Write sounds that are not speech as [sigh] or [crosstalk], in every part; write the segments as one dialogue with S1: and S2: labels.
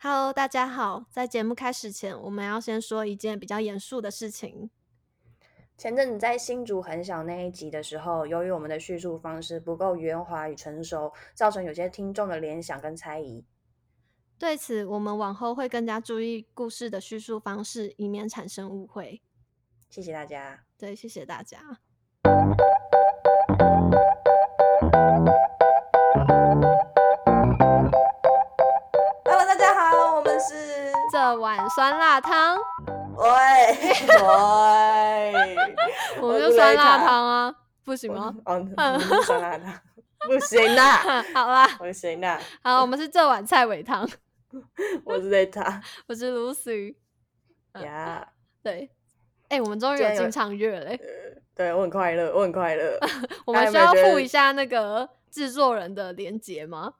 S1: Hello，大家好。在节目开始前，我们要先说一件比较严肃的事情。
S2: 前阵子在新竹很小那一集的时候，由于我们的叙述方式不够圆滑与成熟，造成有些听众的联想跟猜疑。
S1: 对此，我们往后会更加注意故事的叙述方式，以免产生误会。
S2: 谢谢大家。
S1: 对，谢谢大家。
S2: Hello，大家好，我们 [laughs] 是
S1: 这碗酸辣汤，
S2: 喂喂，
S1: 我
S2: 我
S1: 们
S2: 是
S1: 就酸辣
S2: Rita
S1: 汤啊，不行吗？ [laughs]
S2: 哦，你是酸辣汤，不行啦，
S1: 好啦，
S2: 我是谁呢？
S1: 好，我们是这碗菜尾汤。
S2: 我是 Zeta
S1: 我是 Lucy。嗯
S2: 呀。
S1: 对，哎、我们终于
S2: 竟
S1: 有
S2: 然有
S1: 进场乐嘞！
S2: 对我很快乐，我很快
S1: [laughs]
S2: 乐。
S1: 我
S2: 大
S1: 们
S2: 家
S1: 需要
S2: 呃有没有觉
S1: 附
S2: 得
S1: 一下那个制作人的连结吗？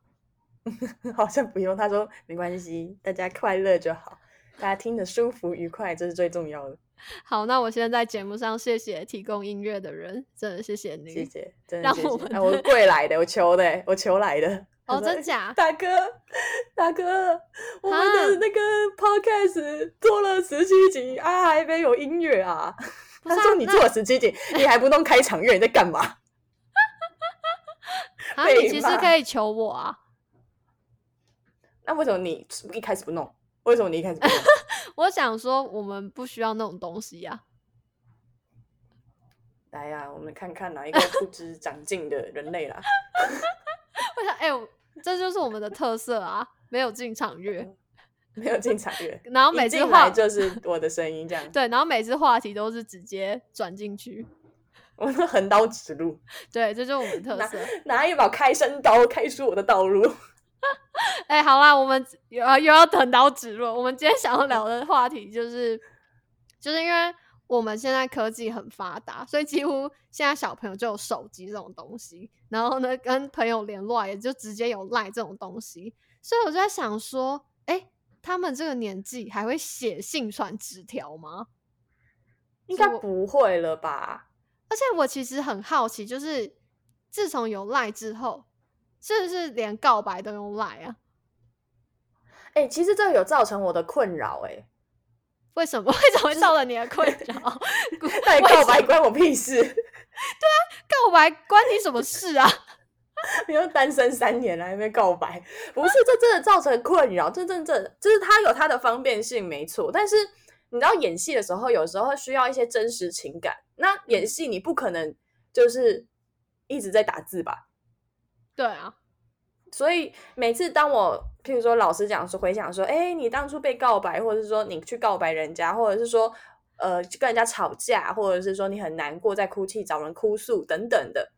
S2: 好像不用，他说没关系，大家快乐就好，大家听得舒服愉快，这是最重要的。
S1: 好，那我先在节目上谢谢提供音乐的人，真的谢谢你。
S2: 谢谢，真的
S1: 让
S2: 谢谢。
S1: 我们
S2: 啊我是跪来的，我求的，我求来的。
S1: [laughs] 哦，
S2: 他说
S1: 真假？
S2: 大哥，大哥，我们
S1: 啊
S2: 的那个 podcast 做了十七集啊，还没有音乐啊。
S1: 不
S2: 他
S1: 是、啊、
S2: 说你
S1: 那
S2: 做了十七集，你还不弄开场乐，你在干嘛？ [laughs]
S1: 啊，
S2: 被
S1: 你其实
S2: 骂
S1: 可以求我啊，
S2: 那为什么你一开始不弄？为什么你一开始不弄？ [laughs]
S1: 我想说我们不需要那种东西啊。
S2: 来呀、我们看看哪一个不知长进的人类啦。 [laughs]
S1: 我想，哎、我这就是我们的特色啊，没有进场乐，
S2: 没有进场乐，
S1: [laughs] 然后
S2: 嗯一
S1: 每次
S2: 进
S1: 话
S2: 来就是我的声音这样， [laughs]
S1: 对，然后每次话题都是直接转进去，
S2: 我是横刀直入，
S1: 对，这就是我们的特
S2: 那
S1: 色。
S2: 拿一把开山刀开出我的道路。
S1: 哎、好啦，我们又呃要又要等到指路。我们今天想要聊的话题就是，就是因为我们现在科技很发达，所以几乎现在小朋友就有手机这种东西，然后呢，跟朋友联络啊也就直接有赖这种东西。所以我就在想说，哎、他们这个年纪还会写信传纸条吗？
S2: 应
S1: 所
S2: 该
S1: 以我
S2: 不会了吧？
S1: 而且我其实很好奇，就是自从有赖之后，是不是连告白都用赖啊？
S2: 哎、其实这个有造成我的困扰哎、
S1: 为什么？为 [laughs] 什么会造成你的困扰？
S2: [laughs] 到底
S1: [laughs] 为
S2: 告
S1: 什
S2: 白
S1: 么
S2: 关我屁事？ [laughs]
S1: 告白关你什么事啊？
S2: 你又单身三年了还没告白，不是这真的造成困扰，这真正就是它有它的方便性没错，但是你知道演戏的时候有时候需要一些真实情感，那演
S1: 嗯
S2: 戏你不可能就是一直在打字吧？
S1: 对啊，
S2: 所以每次当我譬如说老师讲说回想说，哎，你当初被告白，或者是说你去告白人家，或者是说呃去跟人家吵架，或者是说你很难过在哭泣找人哭诉等等的，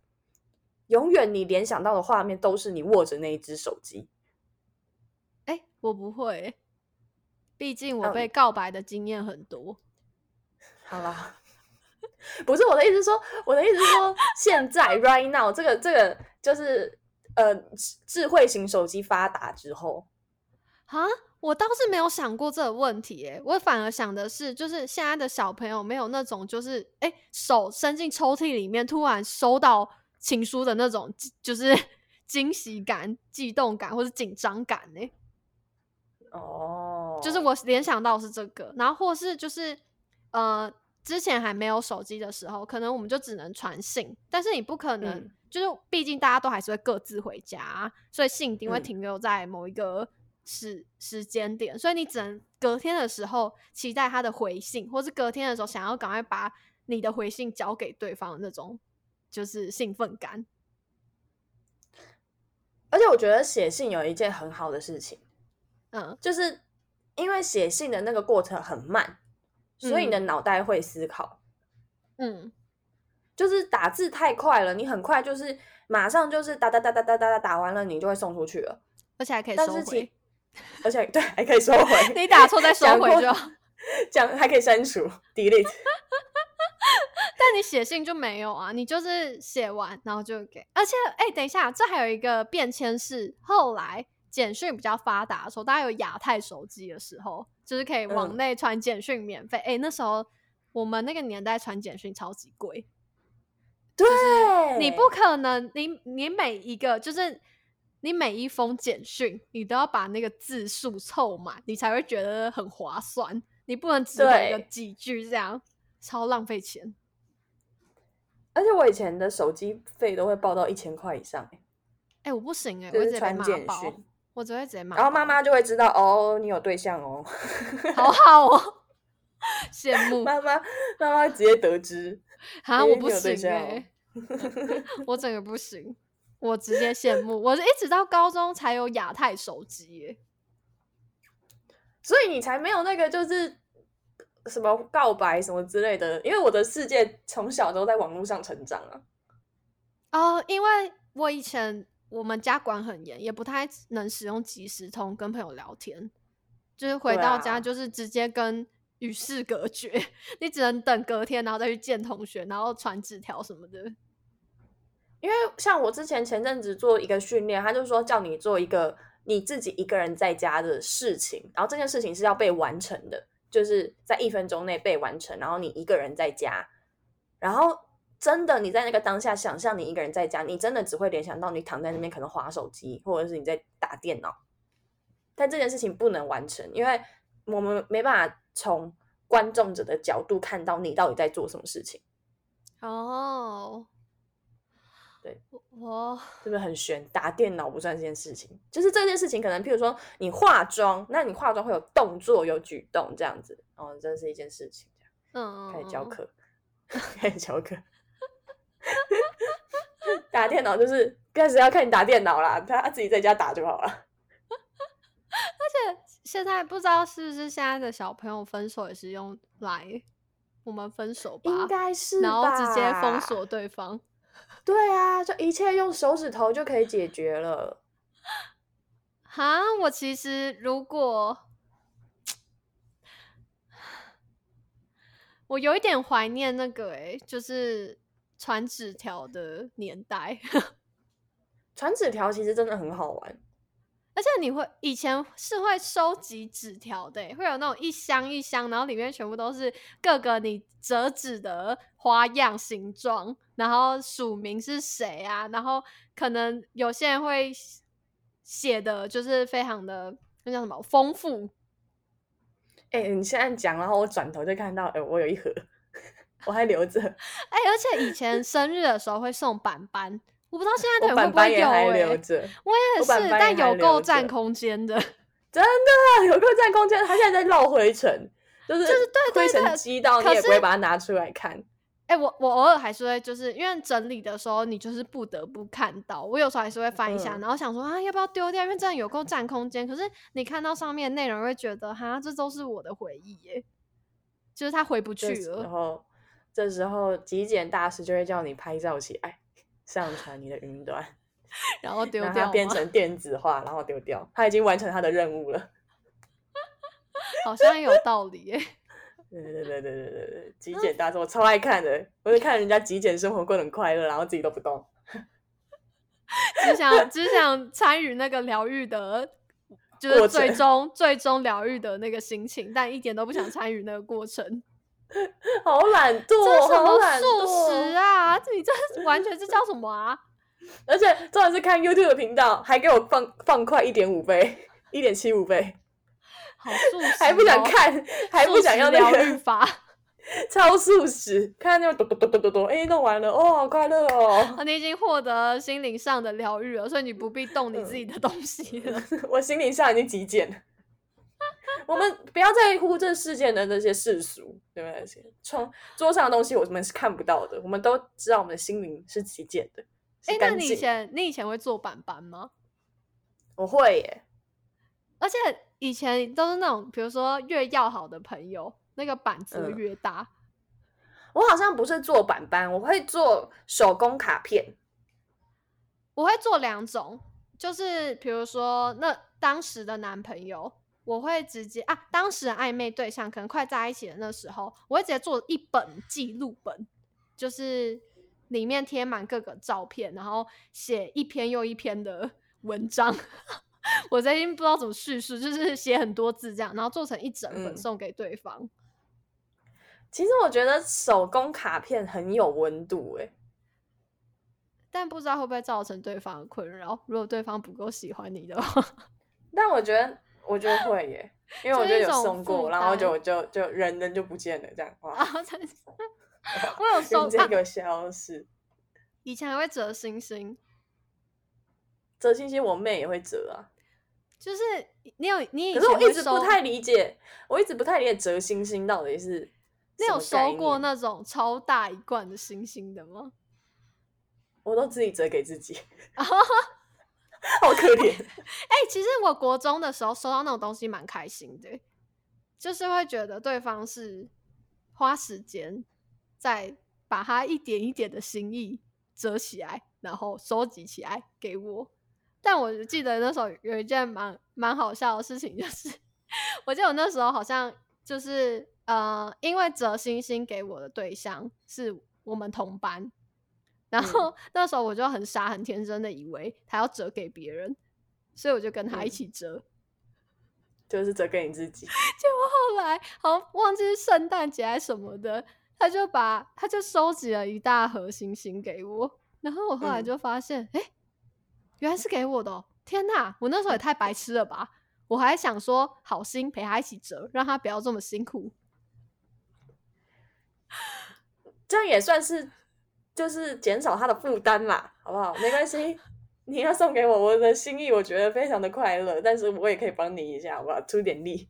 S2: 永远你联想到的画面都是你握着那一只手机。
S1: 哎、我不会欸、毕竟我
S2: 嗯
S1: 被告白的经验很多。
S2: 好啦， [laughs] 不是我的意思是说，我的意思是说现在 right now 这个这个就是呃智智慧型手机发达之后，
S1: 啊，我倒是没有想过这个问题、欸，我反而想的是，就是现在的小朋友没有那种，就是哎、欸手伸进抽屉里面，突然收到情书的那种，就是 [laughs] 惊喜感、悸动感或是紧张感呢、欸
S2: 哦，
S1: 就是我联想到的是这个，然后或是就是呃，之前还没有手机的时候，可能我们就只能传信，但是你不可能，
S2: 嗯
S1: 就是毕竟大家都还是会各自回家啊、所以信一定会
S2: 嗯
S1: 停留在某一个时、时间点，所以你只能隔天的时候期待他的回信，或是隔天的时候想要赶快把你的回信交给对方的那种，就是兴奋感。
S2: 而且我觉得写信有一件很好的事情。
S1: 嗯，
S2: 就是因为写信的那个过程很慢，所以你的
S1: 嗯
S2: 脑袋会思考。
S1: 嗯，
S2: 就是打字太快了，你很快就是马上就是打打打打打打打打完了，你就会送出去了，
S1: 而且还可以
S2: 但
S1: 收
S2: 是其
S1: 回，，
S2: 而且对还可以收回
S1: [laughs] 你打错再收
S2: [laughs] 讲
S1: 回
S2: 过
S1: 就好，
S2: 这样还可以删
S1: [laughs]
S2: 除 delete。
S1: 但你写信就没有啊，你就是写完然后就给，而且哎、等一下，这还有一个变迁是后来简讯比较发达的时候，大家有亚太手机的时候，就是可以往
S2: 嗯
S1: 内传简讯免费。哎、那时候我们那个年代传简讯超级贵，
S2: 对，
S1: 你不可能，你你每一个就是你每一封简讯，你都要把那个字数凑满，你才会觉得很划算。你不能只回个
S2: 对
S1: 几句这样，超浪费钱。
S2: 而且我以前的手机费都会报到一千块以上欸，
S1: 哎、我不行哎、我
S2: 就
S1: 会直
S2: 是
S1: 接被
S2: 传
S1: 骂
S2: 简
S1: 爆，
S2: 讯，
S1: 我只会直接骂爆。
S2: 然后妈妈就会知道哦，你有对象哦， [laughs]
S1: 好好哦， [laughs] 羡慕
S2: 妈妈妈妈直接得知，
S1: 啊！
S2: 哎
S1: 我
S2: 你
S1: 不
S2: 有
S1: 行
S2: 对象
S1: 哎、
S2: 哦
S1: [laughs] 我整个不行，我直接羡慕。我是一直到高中才有亚太手机、欸，
S2: 所以你才没有那个就是什么告白什么之类的，因为我的世界从小都在网络上成长啊。
S1: 哦，因为我以前我们家管很严，也不太能使用即时通跟朋友聊天，就是回
S2: 对
S1: 到
S2: 啊
S1: 家就是直接跟与世隔绝， [laughs] 你只能等隔天，然后再去见同学，然后传纸条什么的。
S2: 因为像我之前前阵子做一个训练，他就说叫你做一个你自己一个人在家的事情，然后这件事情是要被完成的，就是在一分钟内被完成，然后你一个人在家，然后真的你在那个当下想象你一个人在家，你真的只会联想到你躺在那边可能划手机，或者是你在打电脑，但这件事情不能完成，因为我们没办法从观众者的角度看到你到底在做什么事情，
S1: 哦，
S2: 对
S1: 我，我
S2: 是不是很悬？打电脑不算这件事情，就是这件事情可能，譬如说你化妆，那你化妆会有动作、有举动这样子，哦，这是一件事情。
S1: 嗯，
S2: 开始教
S1: 嗯嗯
S2: 课， [laughs] 开始教课。打电脑就是开始要看你打电脑啦，他自己在家打就好了。
S1: 现在不知道是不是现在的小朋友分手也是用来我们分手吧，
S2: 应该是，
S1: 然后直接封。锁对方。
S2: 对啊，就一切用手指头就可以解决了。
S1: 哈，我其实如果我有一点怀念那个诶、就是传纸条的年代，
S2: 传纸条其实真的很好玩，
S1: 而且你会以前是会收集纸条的欸，会有那种一箱一箱，然后里面全部都是各个你折纸的花样、形状，然后署名是谁啊，然后可能有些人会写写的就是非常的那叫什么丰富，
S2: 哎、你现在讲，然后我转头就看到，哎、我有一盒， [laughs] 我还留着，
S1: 哎、而且以
S2: [laughs]
S1: 前生日的时候会送板板，我不知道现在的
S2: 我
S1: 人会
S2: 板
S1: 不会
S2: 板
S1: 有
S2: 也
S1: 哎、
S2: 还留 [laughs] 着。
S1: 我也
S2: 我
S1: 是，
S2: 板板
S1: 但
S2: 也
S1: 有
S2: 还
S1: 够
S2: 留
S1: 占
S2: 着
S1: 空间的。
S2: 啊，有够占空间，他现在在绕灰尘，就是就是
S1: 对
S2: 灰
S1: 对
S2: 尘
S1: 对
S2: 积到你
S1: 可
S2: 也不
S1: 是
S2: 会把它拿出来看。
S1: 哎、我我偶尔还是会，就是因为整理的时候，你就是不得不看到。我有时候还是会翻一下，
S2: 嗯
S1: 然后想说啊，要不要丢掉？因为真的有够占空间。可是你看到上面的内容，会觉得哈，这都是我的回忆耶，就是它回不
S2: 这
S1: 去
S2: 时
S1: 了。
S2: 候，这时候极简大师就会叫你拍照起来，上传你的云端，
S1: 然后 [laughs] 丢
S2: 让它
S1: 掉
S2: 变
S1: 吗
S2: 成电子化，然后丢掉。他已经完成他的任务了。
S1: 好像有道理耶。
S2: 对对对对对对对，极简大师我超爱看的，我就看人家极简生活过得很快乐，然后自己都不动。 [laughs]
S1: 只想只想参与那个疗愈的，就是
S2: 过程
S1: 最终最终疗愈的那个心情，但一点都不想参与那个过
S2: [laughs]
S1: 程。
S2: 好懒
S1: 这
S2: 惰，
S1: 是什
S2: 好
S1: 么
S2: 懒
S1: 素食
S2: 惰！
S1: 啊？这你这完全这叫什么啊？
S2: 而且重点是看 YouTube 的频道，还给我放放快一点五倍、 [laughs] 一点七五倍，
S1: 好素食、哦，
S2: 还不想看，还不想要那
S1: 素食疗愈
S2: 个
S1: 法
S2: [laughs] 超速食，看那个嘟嘟嘟嘟嘟嘟，哎，弄完了，哦，好快乐哦！ [laughs]
S1: 啊！你已经获得心灵上的疗愈了，所以你不必动你自己的
S2: 嗯
S1: 东
S2: [laughs]
S1: 西了。
S2: 我心灵上已经极简了。 [laughs] 我们不要在乎这世界的那些世俗，对不对？从桌上的东西我们是看不到的，我们都知道我们的心灵是极简的，
S1: 哎、
S2: 是
S1: 那
S2: 干
S1: 你以
S2: 净。
S1: 前你以前会做板板吗？
S2: 我会耶，
S1: 而且以前都是那种，比如说越要好的朋友，那个板子会
S2: 嗯
S1: 越大。
S2: 我好像不是做板板，我会做手工卡片。
S1: 我会做两种，就是比如说那当时的男朋友，我会直接啊，当时的暧昧对象可能快在一起的那时候，我会直接做一本记录本，就是里面贴满各个照片，然后写一篇又一篇的文章。 [laughs] 我最近不知道怎么叙述，就是写很多字这样，然后做成一整本
S2: 嗯
S1: 送给对方。
S2: 欸其实我觉得手工卡片很有温度，哎，
S1: 但不知道会不会造成对方的困扰。如果对方不够喜欢你的话， [laughs]
S2: 但我觉得，我觉得会耶，因为我
S1: 就
S2: 就是
S1: 一
S2: 有
S1: 种
S2: 送
S1: 负
S2: 过，然后
S1: 担啊
S2: 就就就人人就不见了，这样哇，
S1: 然后才我有收
S2: [laughs] 人这
S1: 啊，
S2: 个
S1: [laughs]
S2: 消失。
S1: 以前还会折星星，
S2: 折星星，我妹也会折啊，
S1: 就是你有你以
S2: 可
S1: 前
S2: 是我一
S1: 会
S2: 直
S1: 收
S2: 不太理解，我一直不太理解折星星到底是
S1: 你
S2: 什
S1: 有
S2: 么概
S1: 收过
S2: 念？
S1: 那种超大一罐的星星的吗？
S2: 我都自己折给自己，
S1: [laughs]
S2: 好可怜。
S1: 哎、其实我国中的时候收到那种东西蛮开心的欸，就是会觉得对方是花时间在把它一点一点的心意折起来，然后收集起来给我。但我就记得那时候有一件蛮蛮好笑的事情，就是 [laughs] 我记得我那时候好像就是呃，因为折星星给我的对象是我们同班，然
S2: 嗯
S1: 后那时候我就很傻很天真的以为他要折给别人，所以我就跟他一
S2: 嗯
S1: 起折。
S2: 就是折给你自己，
S1: 后来好像忘记是圣诞节还是什么的，他就把他就收集了一大盒星星给我，然后我后来
S2: 嗯
S1: 就发现，哎、原来是给我的、哦！天哪，我那时候也太白痴了吧！我还想说好心陪他一起折，让他不要这么辛苦。
S2: 这样也算是就是减少他的负担啦，好不好？没关系， [laughs] 你要送给我我的心意，我觉得非常的快乐，但是我也可以帮你一下，好不好？出点力。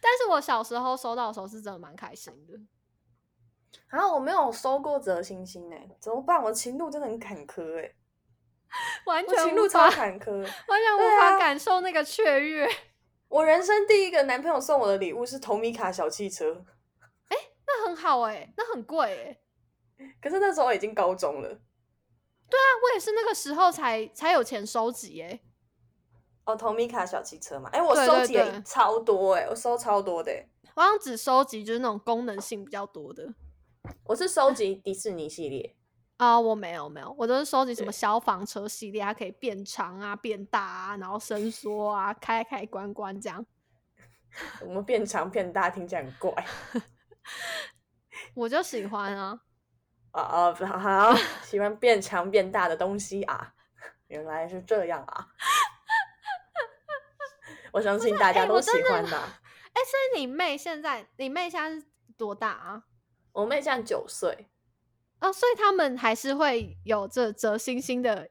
S1: 但是我小时候收到的时候是真的蛮开心的，
S2: 啊，我没有收过折星星哎、怎么办？我情路真的很坎坷哎、
S1: 完
S2: 我情
S1: 全
S2: 路
S1: 无
S2: 超
S1: 法，
S2: 坎坷。
S1: 完全
S2: 对
S1: 无法
S2: 啊
S1: 感受那个雀跃。
S2: 我人生第一个男朋友送我的礼物是投米卡小汽车，
S1: 那很好哎、那很贵哎、
S2: 可是那时候已经高中了。
S1: 那我也是那个时候才才有钱收集哎、
S2: 哦，投米卡小汽车嘛，哎、我
S1: 对
S2: 收
S1: 对
S2: 集了
S1: 对
S2: 一超多哎、我收超多的、欸，
S1: 我好像只收集就是那种功能性比较多的
S2: 我是收集迪士尼系列，
S1: 啊、我没有没有，我都是收集什么
S2: 对
S1: 消防车系列，它可以变长啊、变大啊，然后伸缩啊、开开关关这样。
S2: 我们变长变大听起来很怪
S1: 我就喜欢啊，
S2: 啊啊，好，喜欢变长变大的东西啊，原来是这样啊，我相信大家
S1: 哎
S2: 都
S1: 我
S2: 喜
S1: 真的
S2: 欢的、
S1: 哎、所以你妹现在，你妹现在是多大啊？
S2: 我妹现在九岁，
S1: 哦，所以他们还是会有这折星星的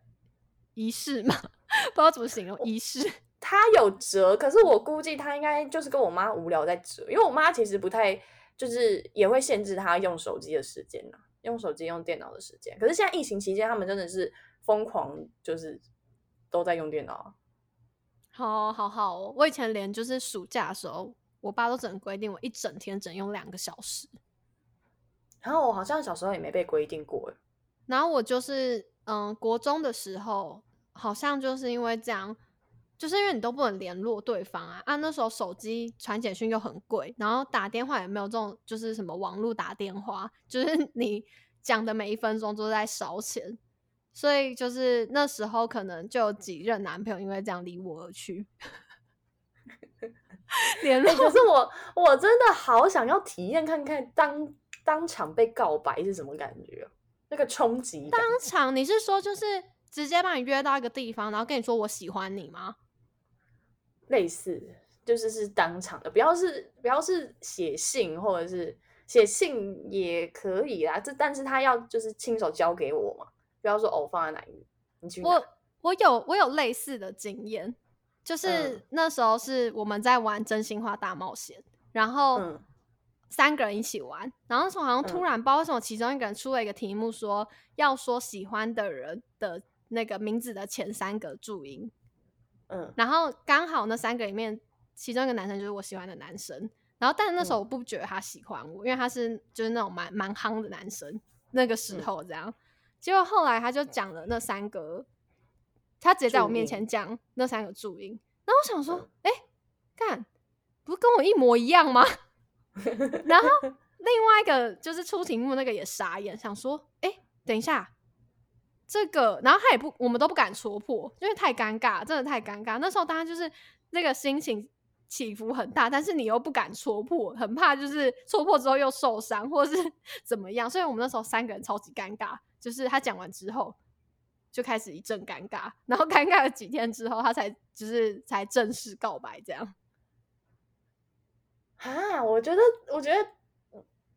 S1: 仪式嘛？ [laughs] 不知道怎么形容仪式。
S2: 她有折，可是我估计她应该就是跟我妈无聊在折，因为我妈其实不太，就是也会限制她用手机的时间呐、用手机用电脑的时间。可是现在疫情期间，他们真的是疯狂，就是都在用电脑啊。
S1: 好好好哦，我以前连就是暑假的时候，我爸都只能规定我一整天只能用两个小时。
S2: 然后我好像小时候也没被规定过，
S1: 然后我就是嗯，国中的时候好像就是因为这样，就是因为你都不能联络对方啊啊，那时候手机传简讯又很贵，然后打电话也没有这种就是什么网络打电话，就是 [laughs] 你讲的每一分钟都在烧钱，所以就是那时候可能就有几任男朋友因为这样离我而去。 [laughs] 联络
S2: 欸可是我我真的好想要体验看看当当场被告白是什么感觉啊、那个冲击感。
S1: 当场，你是说就是直接把你约到一个地方，然后跟你说我喜欢你吗？
S2: 类似，就是是当场的，不要是不要是写信或者是写信也可以啦，这但是他要就是亲手交给我嘛，不要说哦放在哪里，你去拿
S1: 我我有我有类似的经验，就是
S2: 嗯
S1: 那时候是我们在玩真心话大冒险，然后
S2: 嗯
S1: 三个人一起玩，然后从好像突
S2: 嗯
S1: 然、不知道为什么其中一个人出了一个题目说要说喜欢的人的那个名字的前三个注音，
S2: 嗯
S1: 然后刚好那三个里面其中一个男生就是我喜欢的男生，然后但那时候
S2: 嗯
S1: 我不觉得他喜欢我，因为他是就是那种蛮蛮夯的男生，那个时
S2: 嗯
S1: 候这样。结果后来他就讲了那三个，他直接在我
S2: 注
S1: 面
S2: 音
S1: 前讲那三个注音，然后我想说
S2: 嗯，
S1: 哎、干，不是跟我一模一样吗？ [laughs] 然
S2: [laughs]
S1: 后另外一个就是出题目那个也傻眼，想说，哎、等一下，这个，然后他也不，我们都不敢戳破，因为太尴尬，真的太尴尬。那时候大家就是那个心情起伏很大，但是你又不敢戳破，很怕就是戳破之后又受 [laughs] 伤或是怎么样，所以我们那时候三个人超级尴尬。就是他讲完之后，就开始一阵尴尬，然后尴尬了几天之后，他才就是才正式告白这样。
S2: 啊，我觉得，我觉得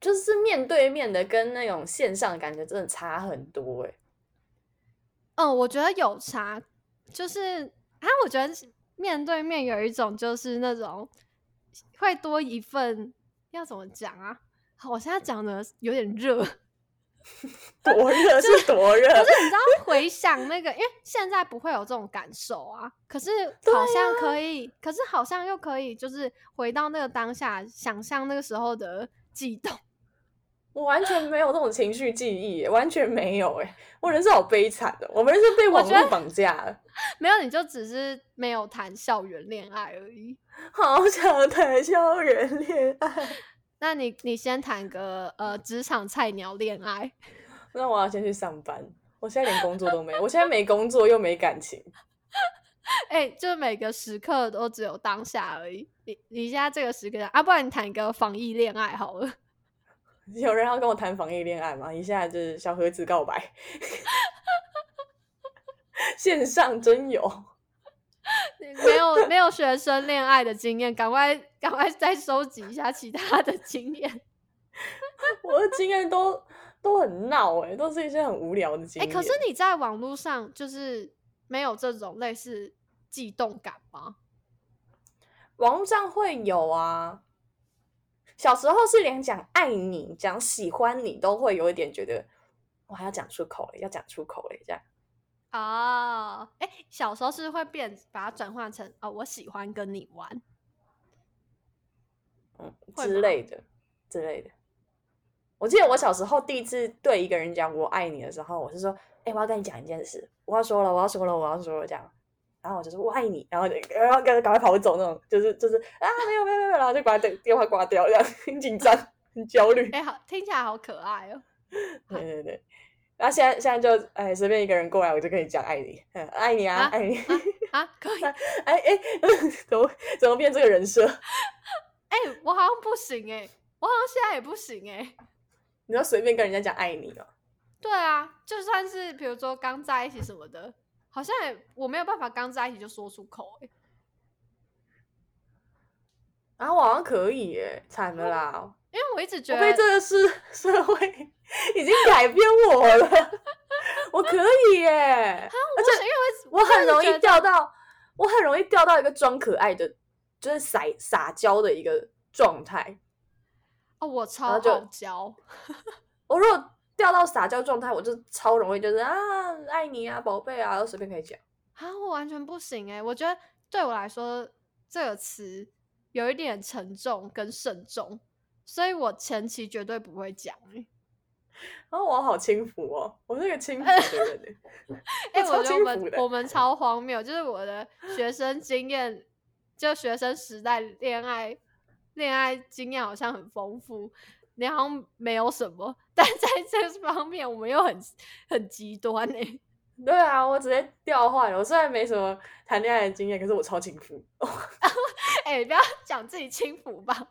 S2: 就是面对面的跟那种线上的感觉真的差很多哎、
S1: 嗯，我觉得有差，就是啊，我觉得面对面有一种就是那种会多一份，要怎么讲啊？好，我现在讲的有点热， [laughs]
S2: 多 [laughs] 热是多热，
S1: 可是你知道回想那个，因为现在不会有这种感受啊。可是好像可以，可是好像又可以，就是回到那个当下，想象那个时候的悸动。 [laughs]
S2: 我完全没有这种情绪记忆耶，完全没有哎，我人生好悲惨的，我们人生被网
S1: 我觉
S2: 络
S1: 得
S2: 绑架了，
S1: 没有，你就只是没有谈校园恋爱而已。
S2: 好想谈校园恋爱。
S1: 那你你先谈个呃职场菜鸟恋爱，
S2: 那我要先去上班，我现在连工作都没有，我现在没工作又没感情，
S1: 哎、就是每个时刻都只有当下而已。你你现在这个时刻啊，不然你谈个防疫恋爱好了。 [laughs]
S2: 有人要跟我谈防疫恋爱吗？一下就是小盒子告白， [laughs] 线上真有，
S1: 你没有没有学生恋爱的经验，赶快赶快再收集一下其他的经验。
S2: 我的经验都都很闹哎、都是一些很无聊的经
S1: 哎、
S2: 验。
S1: 可是你在网络上就是没有这种类似悸动感吗？
S2: 网络上会有啊。小时候是连讲爱你、讲喜欢你都会有一点觉得，哇，要讲出口了，要讲出口了，这样。
S1: 哦，哎，小时候是会变，把它转换成哦，我喜欢跟你玩。
S2: 嗯
S1: 会
S2: 之
S1: 吗
S2: 类的之类的。我记得我小时候第一次对一个人讲“我爱你”的时候，我是说：“哎、我要跟你讲一件事，我要说了，我要说了，我要说了。”这样，然后我就说“我爱你”，然后就然后赶快赶快跑走那种，就是就是啊，没有没有没有，然后就把电电话挂掉，这样很紧张，很焦虑。
S1: 哎，好，听起来好可爱哦。
S2: 对对对。然后现在现在就哎，随便一个人过来，我就跟你讲爱你，嗯爱你啊，
S1: 啊
S2: 爱你，
S1: 啊，可以，
S2: [laughs]
S1: [laughs]
S2: 哎哎， [laughs] 怎么怎么变这个人设？ [laughs]
S1: 哎，我好像不行哎，我好像现在也不行哎。
S2: 你要随便跟人家讲爱你哦。
S1: 对啊，就算是比如说刚在一起什么的，好像也我没有办法刚在一起就说出口哎。
S2: 然后啊我好像可以耶，惨了啦！
S1: 因为我一直觉
S2: 我
S1: 得，
S2: 被这个社 [laughs] 社会已经改变我了， [laughs] 我可以耶，
S1: 我不行因为我一直
S2: 我很容
S1: 觉
S2: 易
S1: 得
S2: 掉到，我很容易掉到一个装可爱的，就是撒撒娇的一个状态。
S1: 哦，我超
S2: 后就
S1: 傲娇，
S2: 我如果掉到撒娇状态，我就超容易就是啊，爱你啊，宝贝啊，都随便可以讲。
S1: 啊，我完全不行哎、我觉得对我来说这个词有一点沉重跟慎重，所以我前期绝对不会讲哎、
S2: 然后我好轻浮哦，我是个轻浮的人耶
S1: [laughs] 哎、
S2: 我
S1: 我
S2: 超
S1: 觉得
S2: 轻
S1: 我
S2: 浮
S1: 们
S2: 的
S1: 我们超荒谬，就是我的学生经验，就学生时代恋爱恋爱经验好像很丰富，你好像没有什么，但在这方面我们又很很极端哎、
S2: 对啊，我直接掉坏了。我虽然没什么谈恋爱的经验，可是我超轻浮。
S1: 哎、不要讲自己轻浮吧。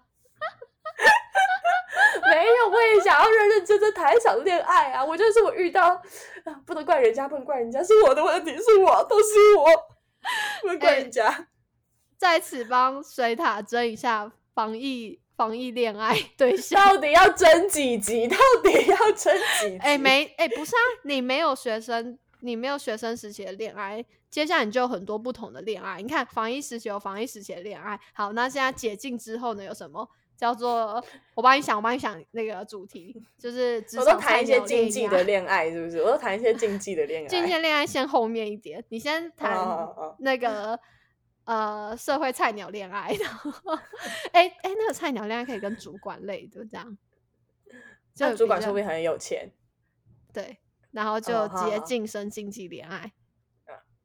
S2: 没有，我也想要认认真真谈一场恋爱啊！我就是我遇到，啊不能怪人家，不能怪人家，是我的问题，是我，都是我，不能怪
S1: 哎
S2: 人家。 [laughs]
S1: 在此帮水塔争一下防疫防疫恋爱对象。
S2: 到底要争几集？到底要争几集？
S1: 哎、没哎、不是啊，你没有学生，你没有学生时期的恋爱，接下来你就有很多不同的恋爱。你看防疫时期有防疫时期的恋爱，好，那现在解禁之后呢，有什么叫做我帮你想，我帮你想那个主题，就是职
S2: 我都
S1: 场
S2: 谈
S1: 菜
S2: 一些
S1: 鸟
S2: 禁
S1: 恋
S2: 忌
S1: 爱
S2: 的恋爱，是不是？我都谈一些禁忌的
S1: [laughs]
S2: 恋爱。
S1: 禁忌恋爱先后面一点，你先谈
S2: 哦哦哦
S1: 那个呃社会菜鸟恋爱，然后 [laughs] 哎哎那个菜鸟恋爱可以跟主管类的这样，
S2: 那
S1: 就
S2: 主
S1: 比
S2: 管
S1: 较
S2: 说不定很有钱
S1: 对，然后就
S2: 哦
S1: 直接
S2: 好
S1: 晋升经济恋爱，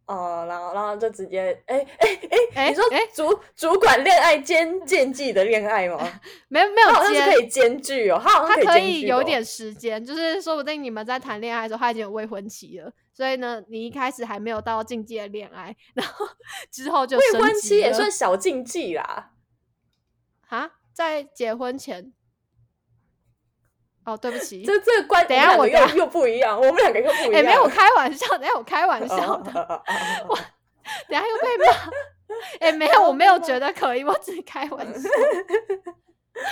S2: 哦，然后然后就直接，哎哎哎，
S1: 哎
S2: 你说
S1: 哎
S2: 主主管恋爱兼禁忌的恋爱吗？
S1: [laughs] 没有没
S2: 他好
S1: 有
S2: 像是可
S1: 接。
S2: 以兼具哦，他好
S1: 他
S2: 像
S1: 可
S2: 以兼
S1: 以
S2: 具
S1: 有
S2: 哦
S1: 点时间，就是说不定你们在谈恋爱的时候，他已经有未婚妻了，所以呢，你一开始还没有到境界恋爱，然后 [laughs] 之后就
S2: 未婚
S1: 升级
S2: 妻也
S1: 了
S2: 算小禁忌啦。
S1: 啊，在结婚前哦，对不起，
S2: 这这个观，
S1: 等一下
S2: 我们
S1: 我
S2: 两
S1: 等
S2: 个又又不一样，我们两个又不
S1: [laughs]
S2: 哦一
S1: 哎、
S2: 样。
S1: 没有，我开玩笑，等一下我开玩笑的，
S2: 的。
S1: 等一下又被骂。 [laughs] 哎、没
S2: 哦
S1: 有，我没有觉得可以，我只是开玩笑。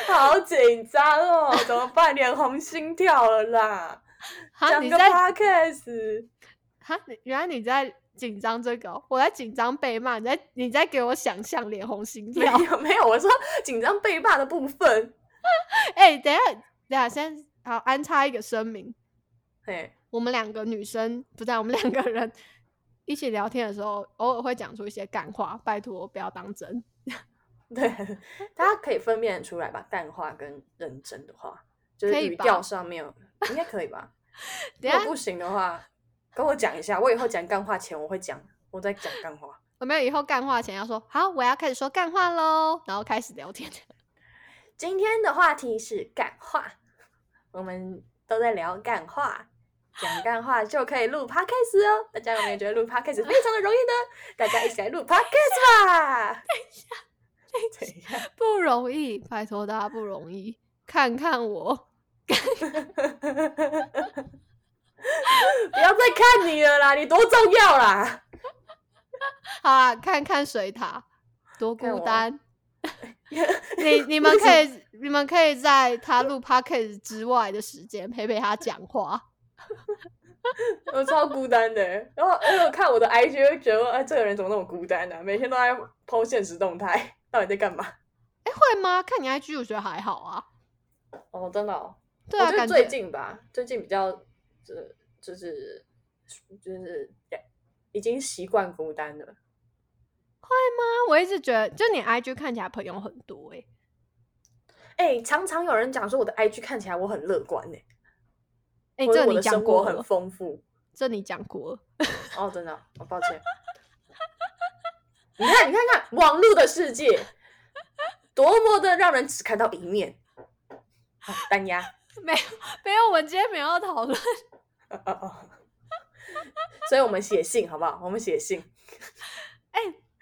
S2: 好紧张哦，怎么办？脸红心跳了啦！
S1: 哈，啊
S2: 讲
S1: 你
S2: 个
S1: 在
S2: podcast，
S1: 哈，你原来你在紧张这个哦、我在紧张被骂，你在你在给我想象脸红心
S2: 没
S1: 跳。
S2: 有 [laughs] 没有，我说紧张被骂的部分。
S1: 哎、等一下，等一下，先好安插一个声明，
S2: 嘿，
S1: 我们两个女生不在，我们两个人一起聊天的时候，偶尔会讲出一些干话，拜托不要当真。
S2: 对， [laughs] 大家可以分辨出来吧，淡话跟认真的话，就是
S1: 可以
S2: 语
S1: 吧
S2: 调上面应该可以吧？如
S1: [laughs] 等一
S2: 果
S1: 下，
S2: 不行的话，跟我讲一下，我以后讲干话前我会讲，我在讲干话。
S1: 我们以后干话前要说好，我要开始说干话喽，然后开始聊天。 [laughs]
S2: 今天的话题是干话，我们都在聊干话，讲干话就可以录 podcast 哦。大家有没有觉得录 podcast 非常的容易呢？大家一起来录 podcast
S1: [laughs]
S2: 吧！等 [laughs] 一下，
S1: 不容易，拜托大家不容易。看看我，
S2: [laughs] 不要再看你了啦，你多重要啦！ [laughs]
S1: 好啊，看看水塔多
S2: 看
S1: 孤
S2: 我
S1: 单。 [laughs] 你你
S2: [laughs]
S1: 们可以，你们可以在他录 podcast 之外的时间陪陪他讲话。
S2: 我超孤单的，然后因为我看我的 IG 会觉得，哎，这个人怎么那么孤单呢、啊每天都在 PO 现实动态， [laughs] 到底在干嘛？
S1: 哎、会吗？看你 IG，我觉得还好啊。
S2: 哦，真的、哦，
S1: 对
S2: 我
S1: 啊，
S2: 觉得
S1: 感
S2: 最
S1: 觉
S2: 近吧，最近比较就是就是就是已经习惯孤单了。
S1: 啊，我一直觉得，就你 IG 看起来朋友很多哎、
S2: 哎、常常有人讲说我的 IG 看起来我很乐观呢、
S1: 哎、
S2: 或者
S1: 这
S2: 我
S1: 你
S2: 的
S1: 讲
S2: 生活
S1: 过
S2: 很
S1: 了，
S2: 丰富。
S1: 这你讲过了。
S2: 哦，真的哦，我、抱歉。你看，你看看网络的世界，多么的让人只看到一面。好单压，
S1: 没有没有，我们今天没有要讨论。
S2: 哦哦哦。所以我们写信好不好？我们写信。
S1: [laughs]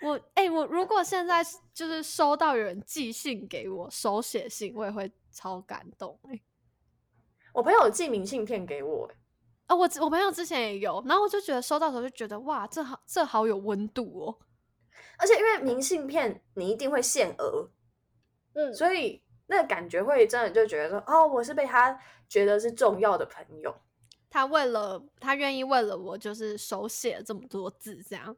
S1: 我哎、我如果现在是就是收到有人寄信给我，手写信，我也会超感动哎、
S2: 我朋友寄明信片给我、欸，
S1: 啊，我之我朋友之前也有，然后我就觉得收到的时候就觉得哇，这好这好有温度哦。
S2: 而且因为明信片你一定会限额，
S1: 嗯
S2: 所以那个感觉会真的就觉得说，哦，我是被他觉得是重要的朋友。
S1: 他为了他愿意为了我，就是手写这么多字这样。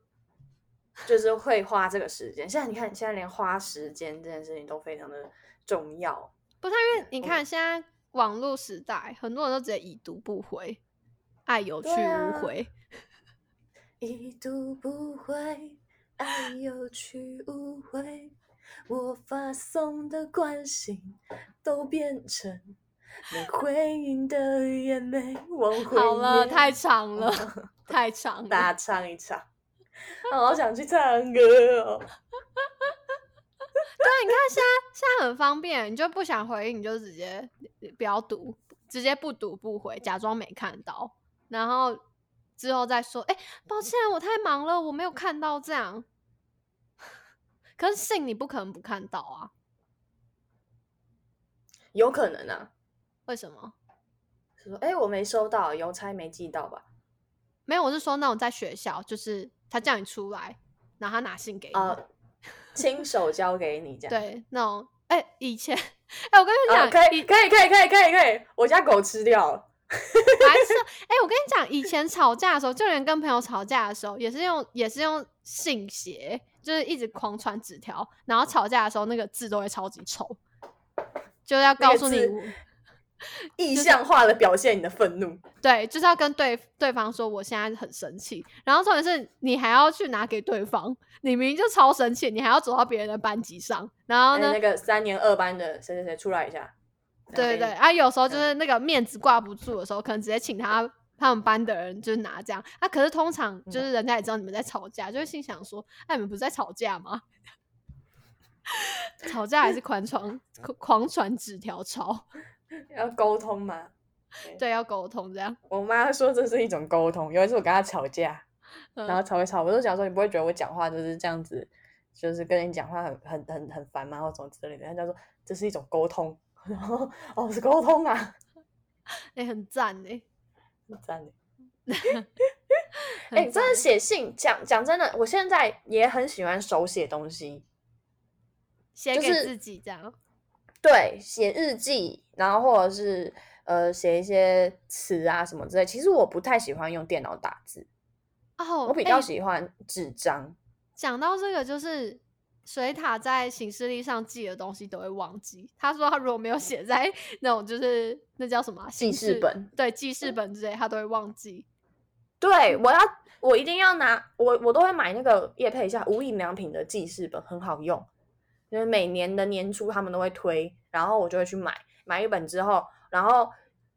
S2: 就是会花这个时间，现在你看，现在连花时间这件事情都非常的重要。
S1: 不是因为你
S2: 我
S1: 看现在网络时代，很多人都直接已读不回，爱有去
S2: 对啊
S1: 无回。
S2: 一读不回，爱有去无回，我发送的关心都变成没回应的眼泪。往回
S1: 好了，
S2: 念
S1: 太长 [laughs] 了，太长了。
S2: 大唱一唱。啊好想去唱歌哦！
S1: 对，你看现在现在很方便，你就不想回应，你就直接不要读，直接不读不回，假装没看到，然后之后再说，哎、抱歉，我太忙了，我没有看到这样。 [laughs] 可是信你不可能不看到啊？
S2: 有可能啊，
S1: 为什么？
S2: 说哎、诶我没收到，邮差没寄到吧？
S1: 没有，我是说那种在学校，就是他叫你出来，然后他拿信给你，
S2: 啊、亲手交给你这样。
S1: 哎对，那种，哎、以前， [laughs] 哎、我跟你
S2: 啊，
S1: 讲，
S2: 可以，
S1: 以
S2: 可以，可以，可以，可以，可以。我家狗吃掉了。
S1: 白痴！哎、我跟你讲，以前吵架的时候，就连跟朋友吵架的时候，也是用也是用信写，就是一直狂传纸条，然后吵架的时候那个字都会超级丑，就是要告诉你
S2: 那个，意象化的表现你的愤怒，
S1: 对，就是要跟对对方说我现在很生气，然后重点是你还要去拿给对方，你明明就超生气，你还要走到别人的班级上，然后
S2: 哎
S1: 呢，
S2: 那个三年二班的谁谁谁出来一下。
S1: 对对对，
S2: 然后
S1: 啊，有时候就
S2: 嗯
S1: 是那个面子挂不住的时候，可能直接请他他们班的人就是拿这样啊。可是通常
S2: 嗯
S1: 就是人家也知道你们在吵架，就会心想说：“哎、你们不是在吵架吗？” [laughs] 吵架还是狂传
S2: [laughs]
S1: 狂狂传纸条吵，
S2: 给你要沟通嘛。
S1: 对，要沟通这样。
S2: 我妈说这是一种沟通。有一次我跟她吵架，
S1: 嗯
S2: 然后吵一吵，我就讲说你不会觉得我讲话就是这样子，就是跟你讲话很很很很烦吗，或什么之类的。她就说这是一种沟通，然后哦是沟通啊，
S1: 哎、很赞哎、
S2: 赞的。
S1: 很
S2: 哎、真
S1: 赞欸
S2: 的写信讲讲真的，我现在也很喜欢手写东西，
S1: 写
S2: 就
S1: 给
S2: 是
S1: 自己这样，
S2: 对，写日记，然后或者是呃写一些词啊什么之类。其实我不太喜欢用电脑打字，
S1: 哦，
S2: 我比
S1: 哎
S2: 较喜欢纸张。
S1: 讲到这个，就是水獭在行事历上记的东西都会忘记。他说他如果没有写在 [laughs] 那种就是那叫什么啊
S2: 记
S1: 行
S2: 事本，嗯
S1: 对记事本之类，他都会忘记。
S2: 对，我要我一定要拿我我都会买那个叶配一下无印良品的记事本，很好用，因为每年的年初他们都会推，然后我就会去买，买一本之后，然后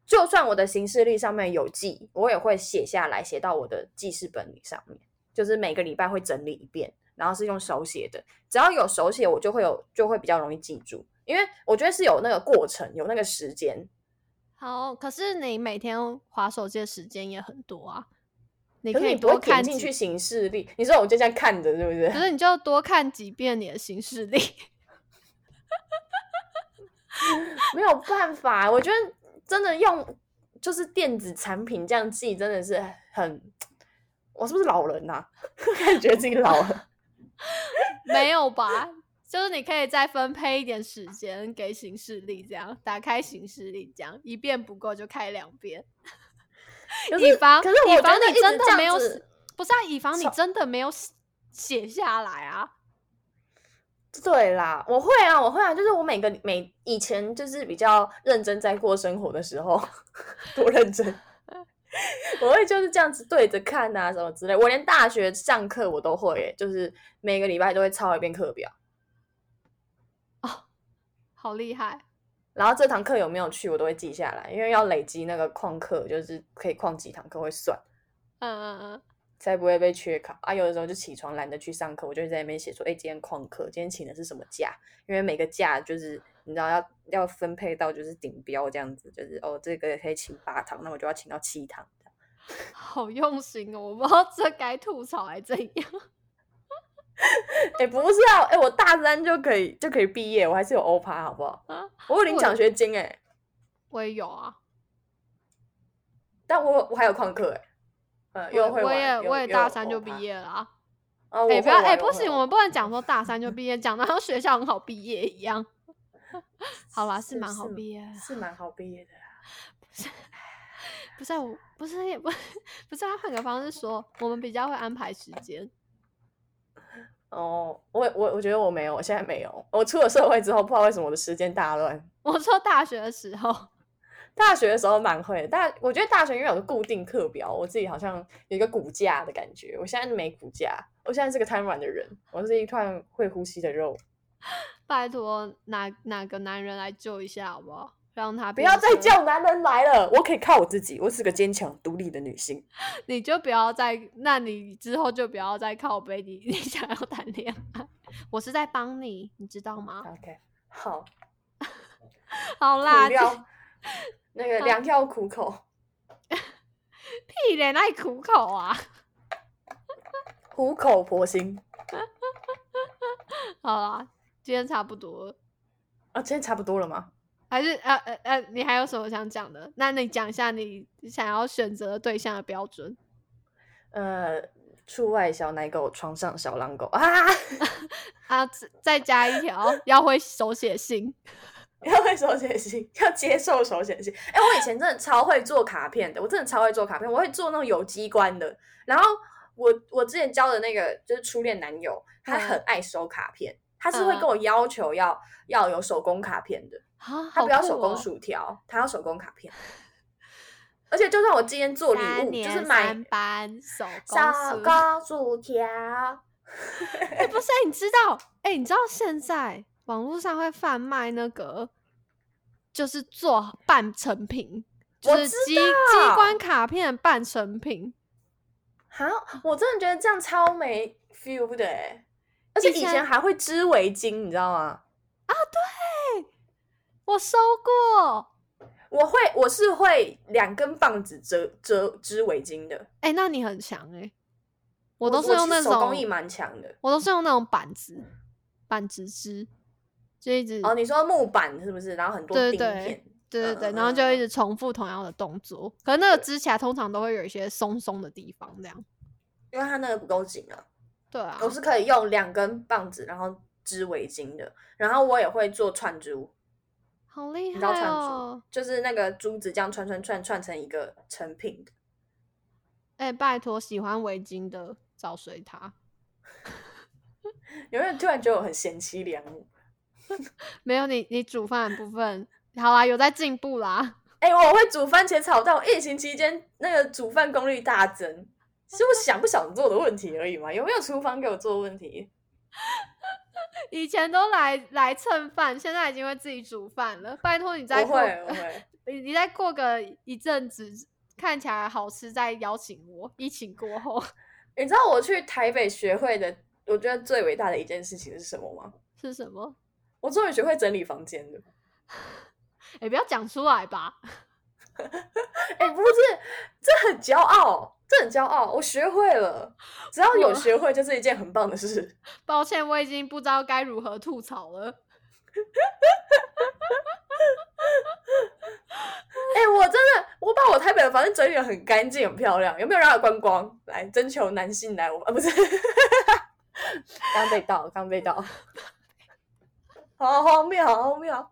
S2: 就算我的行事历上面有记，我也会写下来，写到我的记事本里上面，就是每个礼拜会整理一遍，然后是用手写的，只要有手写，我就会有就会比较容易记住，因为我觉得是有那个过程，有那个时间，
S1: 好，可是你每天划手机的时间也很多啊，你
S2: 可是
S1: 以
S2: 你不会
S1: 多
S2: 点
S1: 看
S2: 进
S1: 几
S2: 去，行事历，你说我就这样看着，是不是？
S1: 可是你就多看几遍你的行事历。
S2: [laughs]
S1: [laughs]
S2: 没有办法，我觉得真的用就是电子产品这样记，真的是很，我是不是老人呐、啊？ [laughs] 感觉自己老 [laughs] 了。
S1: 没有吧？就是你可以再分配一点时间给行事历，这样打开行事历，这样一遍不够就开两遍。
S2: 可
S1: 以
S2: 是
S1: 防
S2: 可是我
S1: 以
S2: 觉
S1: 防
S2: 得
S1: 你
S2: 一直
S1: 真
S2: 这
S1: 的
S2: 样
S1: 没有
S2: 子
S1: 写，不是啊？以防你
S2: 从
S1: 真的没有写写下来啊。
S2: 对啦，我会啊，我会啊，就是我每个每以前就是比较认真在过生活的时候， [laughs] 多认真，我会就是这样子对着看啊什么之类。我连大学上课我都会、欸，就是每个礼拜都会抄一遍课表，
S1: 好厉害！
S2: 然后这堂课有没有去我都会记下来，因为要累积那个旷课，就是可以旷几堂课会算。
S1: 嗯嗯嗯，
S2: 才不会被缺考啊！有的时候就起床懒得去上课，我就会在那边写说：“哎、今天旷课，今天请的是什么假？”因为每个假就是你知道要要分配到就是顶标这样子，就是哦这个可以请八堂，那我就要请到七堂。
S1: 好用心哦！我不知道这该吐槽还怎样。 [laughs]
S2: 哎、不是啊，哎、我大三就可以就可以毕业，我还是有欧趴好不好？
S1: 啊
S2: 我有领
S1: 我
S2: 奖学金哎、
S1: 我也有啊，
S2: 但我我还有旷课哎，呃，
S1: 我
S2: 又会
S1: 我
S2: 玩
S1: 也
S2: 有
S1: 我也
S2: 有
S1: 大三
S2: 欧
S1: 就
S2: 趴
S1: 毕业了啊。
S2: 啊！我
S1: 哎、
S2: 会
S1: 不要
S2: 玩
S1: 哎、
S2: 有
S1: 不
S2: 会
S1: 行，
S2: 玩
S1: 我们不能讲说大三就毕业，讲的像学校很好毕业一样。好啦，是
S2: 是
S1: 蛮好
S2: 是
S1: 毕业的。
S2: 是蛮好毕业的啦。
S1: 不是啊我，不是 [laughs] 也不不是啊，换个方式说，我们比较会安排时间。 [laughs]
S2: 哦，我我我觉得我没有，我现在没有。我出了社会之后，不知道为什么我的时间大乱。
S1: 我说大学的时候，
S2: 大学的时候蛮会的，大我觉得大学因为有个固定课表，我自己好像有一个骨架的感觉。我现在没骨架，我现在是个瘫软的人，我是一团会呼吸的肉。
S1: 拜托哪哪个男人来救一下好不好？让他
S2: 不要
S1: 变
S2: 再
S1: 成
S2: 叫男人来了，我可以靠我自己，我是个坚强独立的女性。
S1: 你就不要再，那你之后就不要再靠背你 [laughs] 你想要谈恋爱，我是在帮你，你知道吗？
S2: OK，好，
S1: 好啦，这
S2: [laughs] 苦料那个良药苦口，
S1: 屁嘞，那里苦口啊！
S2: 苦口婆心。
S1: 好啦，今天差不多了，
S2: 啊，今天差不多了吗？
S1: 还是呃呃呃，你还有什么想讲的？那你讲一下你想要选择对象的标准。
S2: 呃，出外小奶狗，床上小狼狗啊。
S1: 啊，再再加一条，要会手写信。
S2: [laughs] 要会手写信，要接受手写信。哎、我以前真的超会做卡片的，我真的超会做卡片，我会做那种有机关的。然后我我之前交的那个就是初恋男友，他
S1: 嗯
S2: 很爱收卡片，他是会
S1: 嗯
S2: 跟我要求要、要有手工卡片的，
S1: 啊，
S2: 他
S1: 好
S2: 不要
S1: 酷
S2: 手工
S1: 哦
S2: 薯条，他要手工卡
S1: [laughs]
S2: 片。而且就算我今天做礼
S1: 三
S2: 物，
S1: 年
S2: 就是买
S1: 三班手工
S2: 手
S1: 书
S2: 工薯条，
S1: 哎、不是、你知道？哎、你知道现在网络上会贩卖那个，就是做半成品，就
S2: 我
S1: 是
S2: 知
S1: 机机
S2: 道
S1: 关卡片半成品。
S2: 好，我真的觉得这样超没 feel 的欸，而且
S1: 以
S2: 以
S1: 前
S2: 前还会织围巾，你知道吗？
S1: 我收过。
S2: 我会，我是会两根棒子折折织围巾的，
S1: 哎、那你很强哎、我
S2: 我
S1: 都是
S2: 我
S1: 用
S2: 其
S1: 那
S2: 实
S1: 种
S2: 手工艺蛮强的。
S1: 我都是用那种板子，板子织，就一直
S2: 哦哦，你说木板是不是？然后很多
S1: 对
S2: 钉
S1: 对
S2: 片，
S1: 对对对，然后
S2: 嗯
S1: 就一直重复同样的动作，可是那个支起来通常都会有一些松松的地方，这样。
S2: 因为它那个不够紧啊。
S1: 对啊，
S2: 我是可以用两根棒子，然后织围巾的，然后我也会做串珠，
S1: 好厉
S2: 你知道
S1: 害
S2: 串珠
S1: 哦！
S2: 就是那个珠子这样串串串串成一个成品的。
S1: 哎、拜托，喜欢围巾的找谁他？
S2: 有没有突然觉得我很贤妻良母？
S1: 没有你，你煮饭的部分，好啦，有在进步啦。 [laughs]
S2: 哎、我会煮番茄炒蛋，我疫情期间那个煮饭功力大增，是我想不想做的问题而已嘛，有没有厨房给我做的问题？
S1: 以前都来来蹭饭，现在已经会自己煮饭了。拜托你再
S2: 我
S1: 过，
S2: 会，哦我会。 [laughs]
S1: 你你再过个一阵子，看起来好吃再邀请我。疫情过后
S2: 你知道我去台北学会的，我觉得最伟大的一件事情是什么吗？
S1: 是什么？
S2: 我终于学会整理房间了。
S1: 哎、不要讲出来吧。
S2: 哎、不是，这很骄傲，这很骄傲，我学会了。只要有
S1: 我
S2: 学会，就是一件很棒的事。
S1: 抱歉，我已经不知道该如何吐槽了。
S2: 哎、我真的，我把我台北的房间整理的很干净、很漂亮，有没有让它观光？来，征求男性来，我啊不是，刚被盗，刚被盗，好荒谬，好荒谬。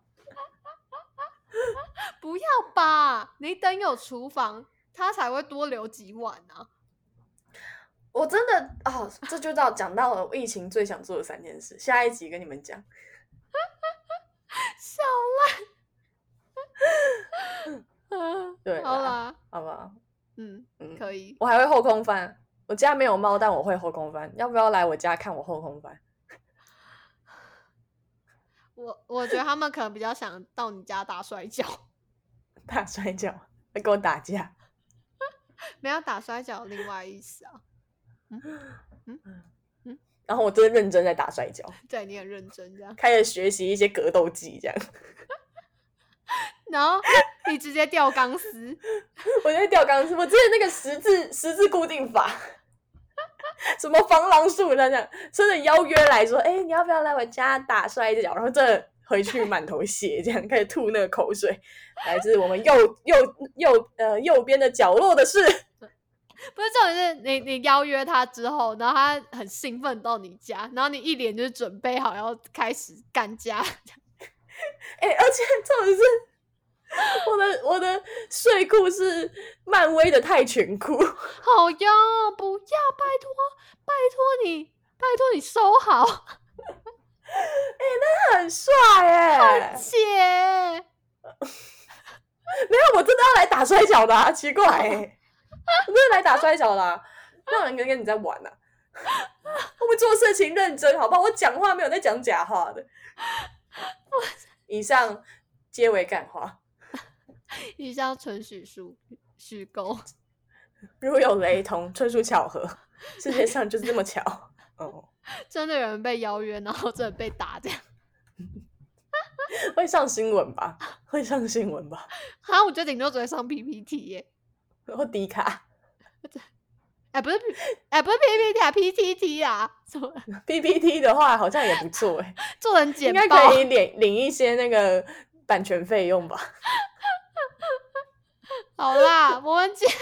S1: 不要吧，你等有厨房，他才会多留几碗啊。
S2: 我真的哦，这就到讲到了我疫情最想做的三件事，下一集跟你们讲。
S1: 笑烂。
S2: 对
S1: [laughs] 好
S2: 啦
S1: 啦，
S2: 好不好？
S1: 嗯，
S2: 嗯，
S1: 可以。
S2: 我还会后空翻。我家没有猫，但我会后空翻。要不要来我家看我后空翻？
S1: 我我觉得他们可能比较想到你家打摔跤， [laughs]
S2: [laughs] 大摔跤，会跟我打架。
S1: 没有打摔跤有另外意思啊。
S2: 然后我真的认真在打摔跤，
S1: 对你很认真这样，
S2: 开始学习一些格斗技，这样。 [laughs]
S1: 然后你直接吊钢丝，
S2: 我在吊钢丝，我之前那个十字十字固定法， [laughs] 什么防狼术那样，真的邀约来说，哎、你要不要来我家打摔跤？然后真的回去满头血，这样开始吐那个口水，来自我们右右右呃右边的角落的是，
S1: 不是重点是你你邀约他之后，然后他很兴奋到你家，然后你一脸就是准备好要开始干架， [laughs]
S2: 哎、而且重点是。我的我的睡裤是漫威的泰拳裤，
S1: 好哟，不要，拜托拜托你，拜托你收好，
S2: 很帅
S1: [laughs]
S2: 哎、
S1: 姐。
S2: [laughs] 没有，我真的要来打摔跤的、啊，奇怪、欸，我真的来打摔跤的、啊，让人跟跟你在玩呢、啊。 [laughs] 我们做事情认真，好不好？我讲话没有在讲假话的。以上皆为感话，
S1: 以上纯属虚虚构。
S2: 如有雷同，纯属巧合。世界上就是这么巧。 [laughs] 哦，
S1: [laughs] 真的有人被邀约，然后真的被打这样。 [laughs]
S2: 会上新闻吧？会上新闻吧？
S1: 哈，我觉得顶多只会上 PPT 耶、
S2: 然后迪卡、
S1: 哎、不是 P，哎、不是 PPT 啊，PTT 啊，什么
S2: PPT 的话，好像也不错哎、
S1: 做人
S2: 应
S1: 简
S2: 该
S1: 报
S2: 可？以领领一些那个版权费用吧？
S1: 好啦，我们今天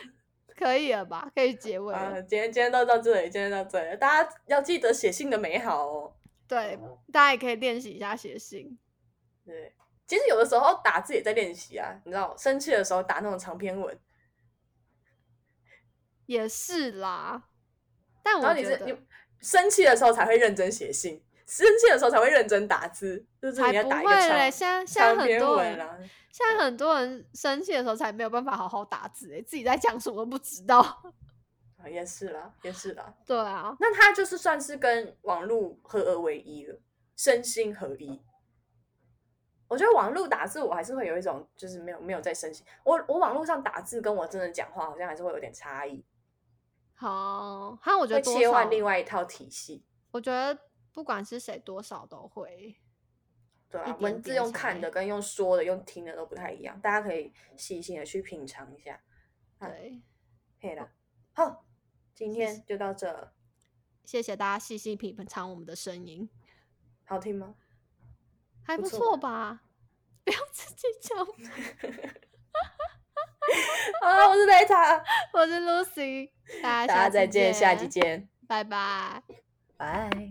S1: [laughs] 可以了吧？可以结尾了。
S2: 啊，今天今天都到这里，今天到这里，大家要记得写信的美好哦。
S1: 对，大家也可以练习一下写信。
S2: 对，其实有的时候打字也在练习啊，你知道，生气的时候打那种长篇文，
S1: 也是啦，但
S2: 然
S1: 嗯
S2: 后
S1: 我
S2: 你
S1: 觉
S2: 是你
S1: 得
S2: 生气的时候才会认真写信，生气的时候才会认真打字，就是
S1: 才
S2: 你要
S1: 不
S2: 打一
S1: 会嘞。
S2: 个
S1: 现在现在
S2: 长长
S1: 很
S2: 篇
S1: 多
S2: 文
S1: 人，
S2: 啊。
S1: 现在很多人生气的时候才没有办法好好打字、欸，自己在讲什么不知道。 [laughs]
S2: 啊也是啦，也是啦。
S1: 对啊，
S2: 那他就是算是跟网络合而为一了，身心合一。我觉得网络打字，我还是会有一种就是没有没有在身心。我我网络上打字跟我真的讲话好像还是会有点差异，
S1: 好，哈，我觉
S2: 会
S1: 得多
S2: 切
S1: 少
S2: 换另外一套体系。
S1: 我觉得不管是谁，多少都会。
S2: 对
S1: 一
S2: 啊
S1: 点，
S2: 文字
S1: 点
S2: 用
S1: 差
S2: 看
S1: 异
S2: 的跟用说的、用听的都不太一样，大家可以细心的去品尝一下。啊
S1: 对，
S2: 可以了，好，今
S1: 谢
S2: 天就到这了，
S1: 谢谢大家细细品尝我们的声音， [laughs]
S2: 好听吗？
S1: 还
S2: 不
S1: 不
S2: 错
S1: 错吧？不要自己讲。
S2: 啊，我是雷塔， [laughs]
S1: 我是 Lucy，大
S2: 大家
S1: 下
S2: 再
S1: 次见，
S2: 见，下集，见，
S1: 拜拜。
S2: 拜。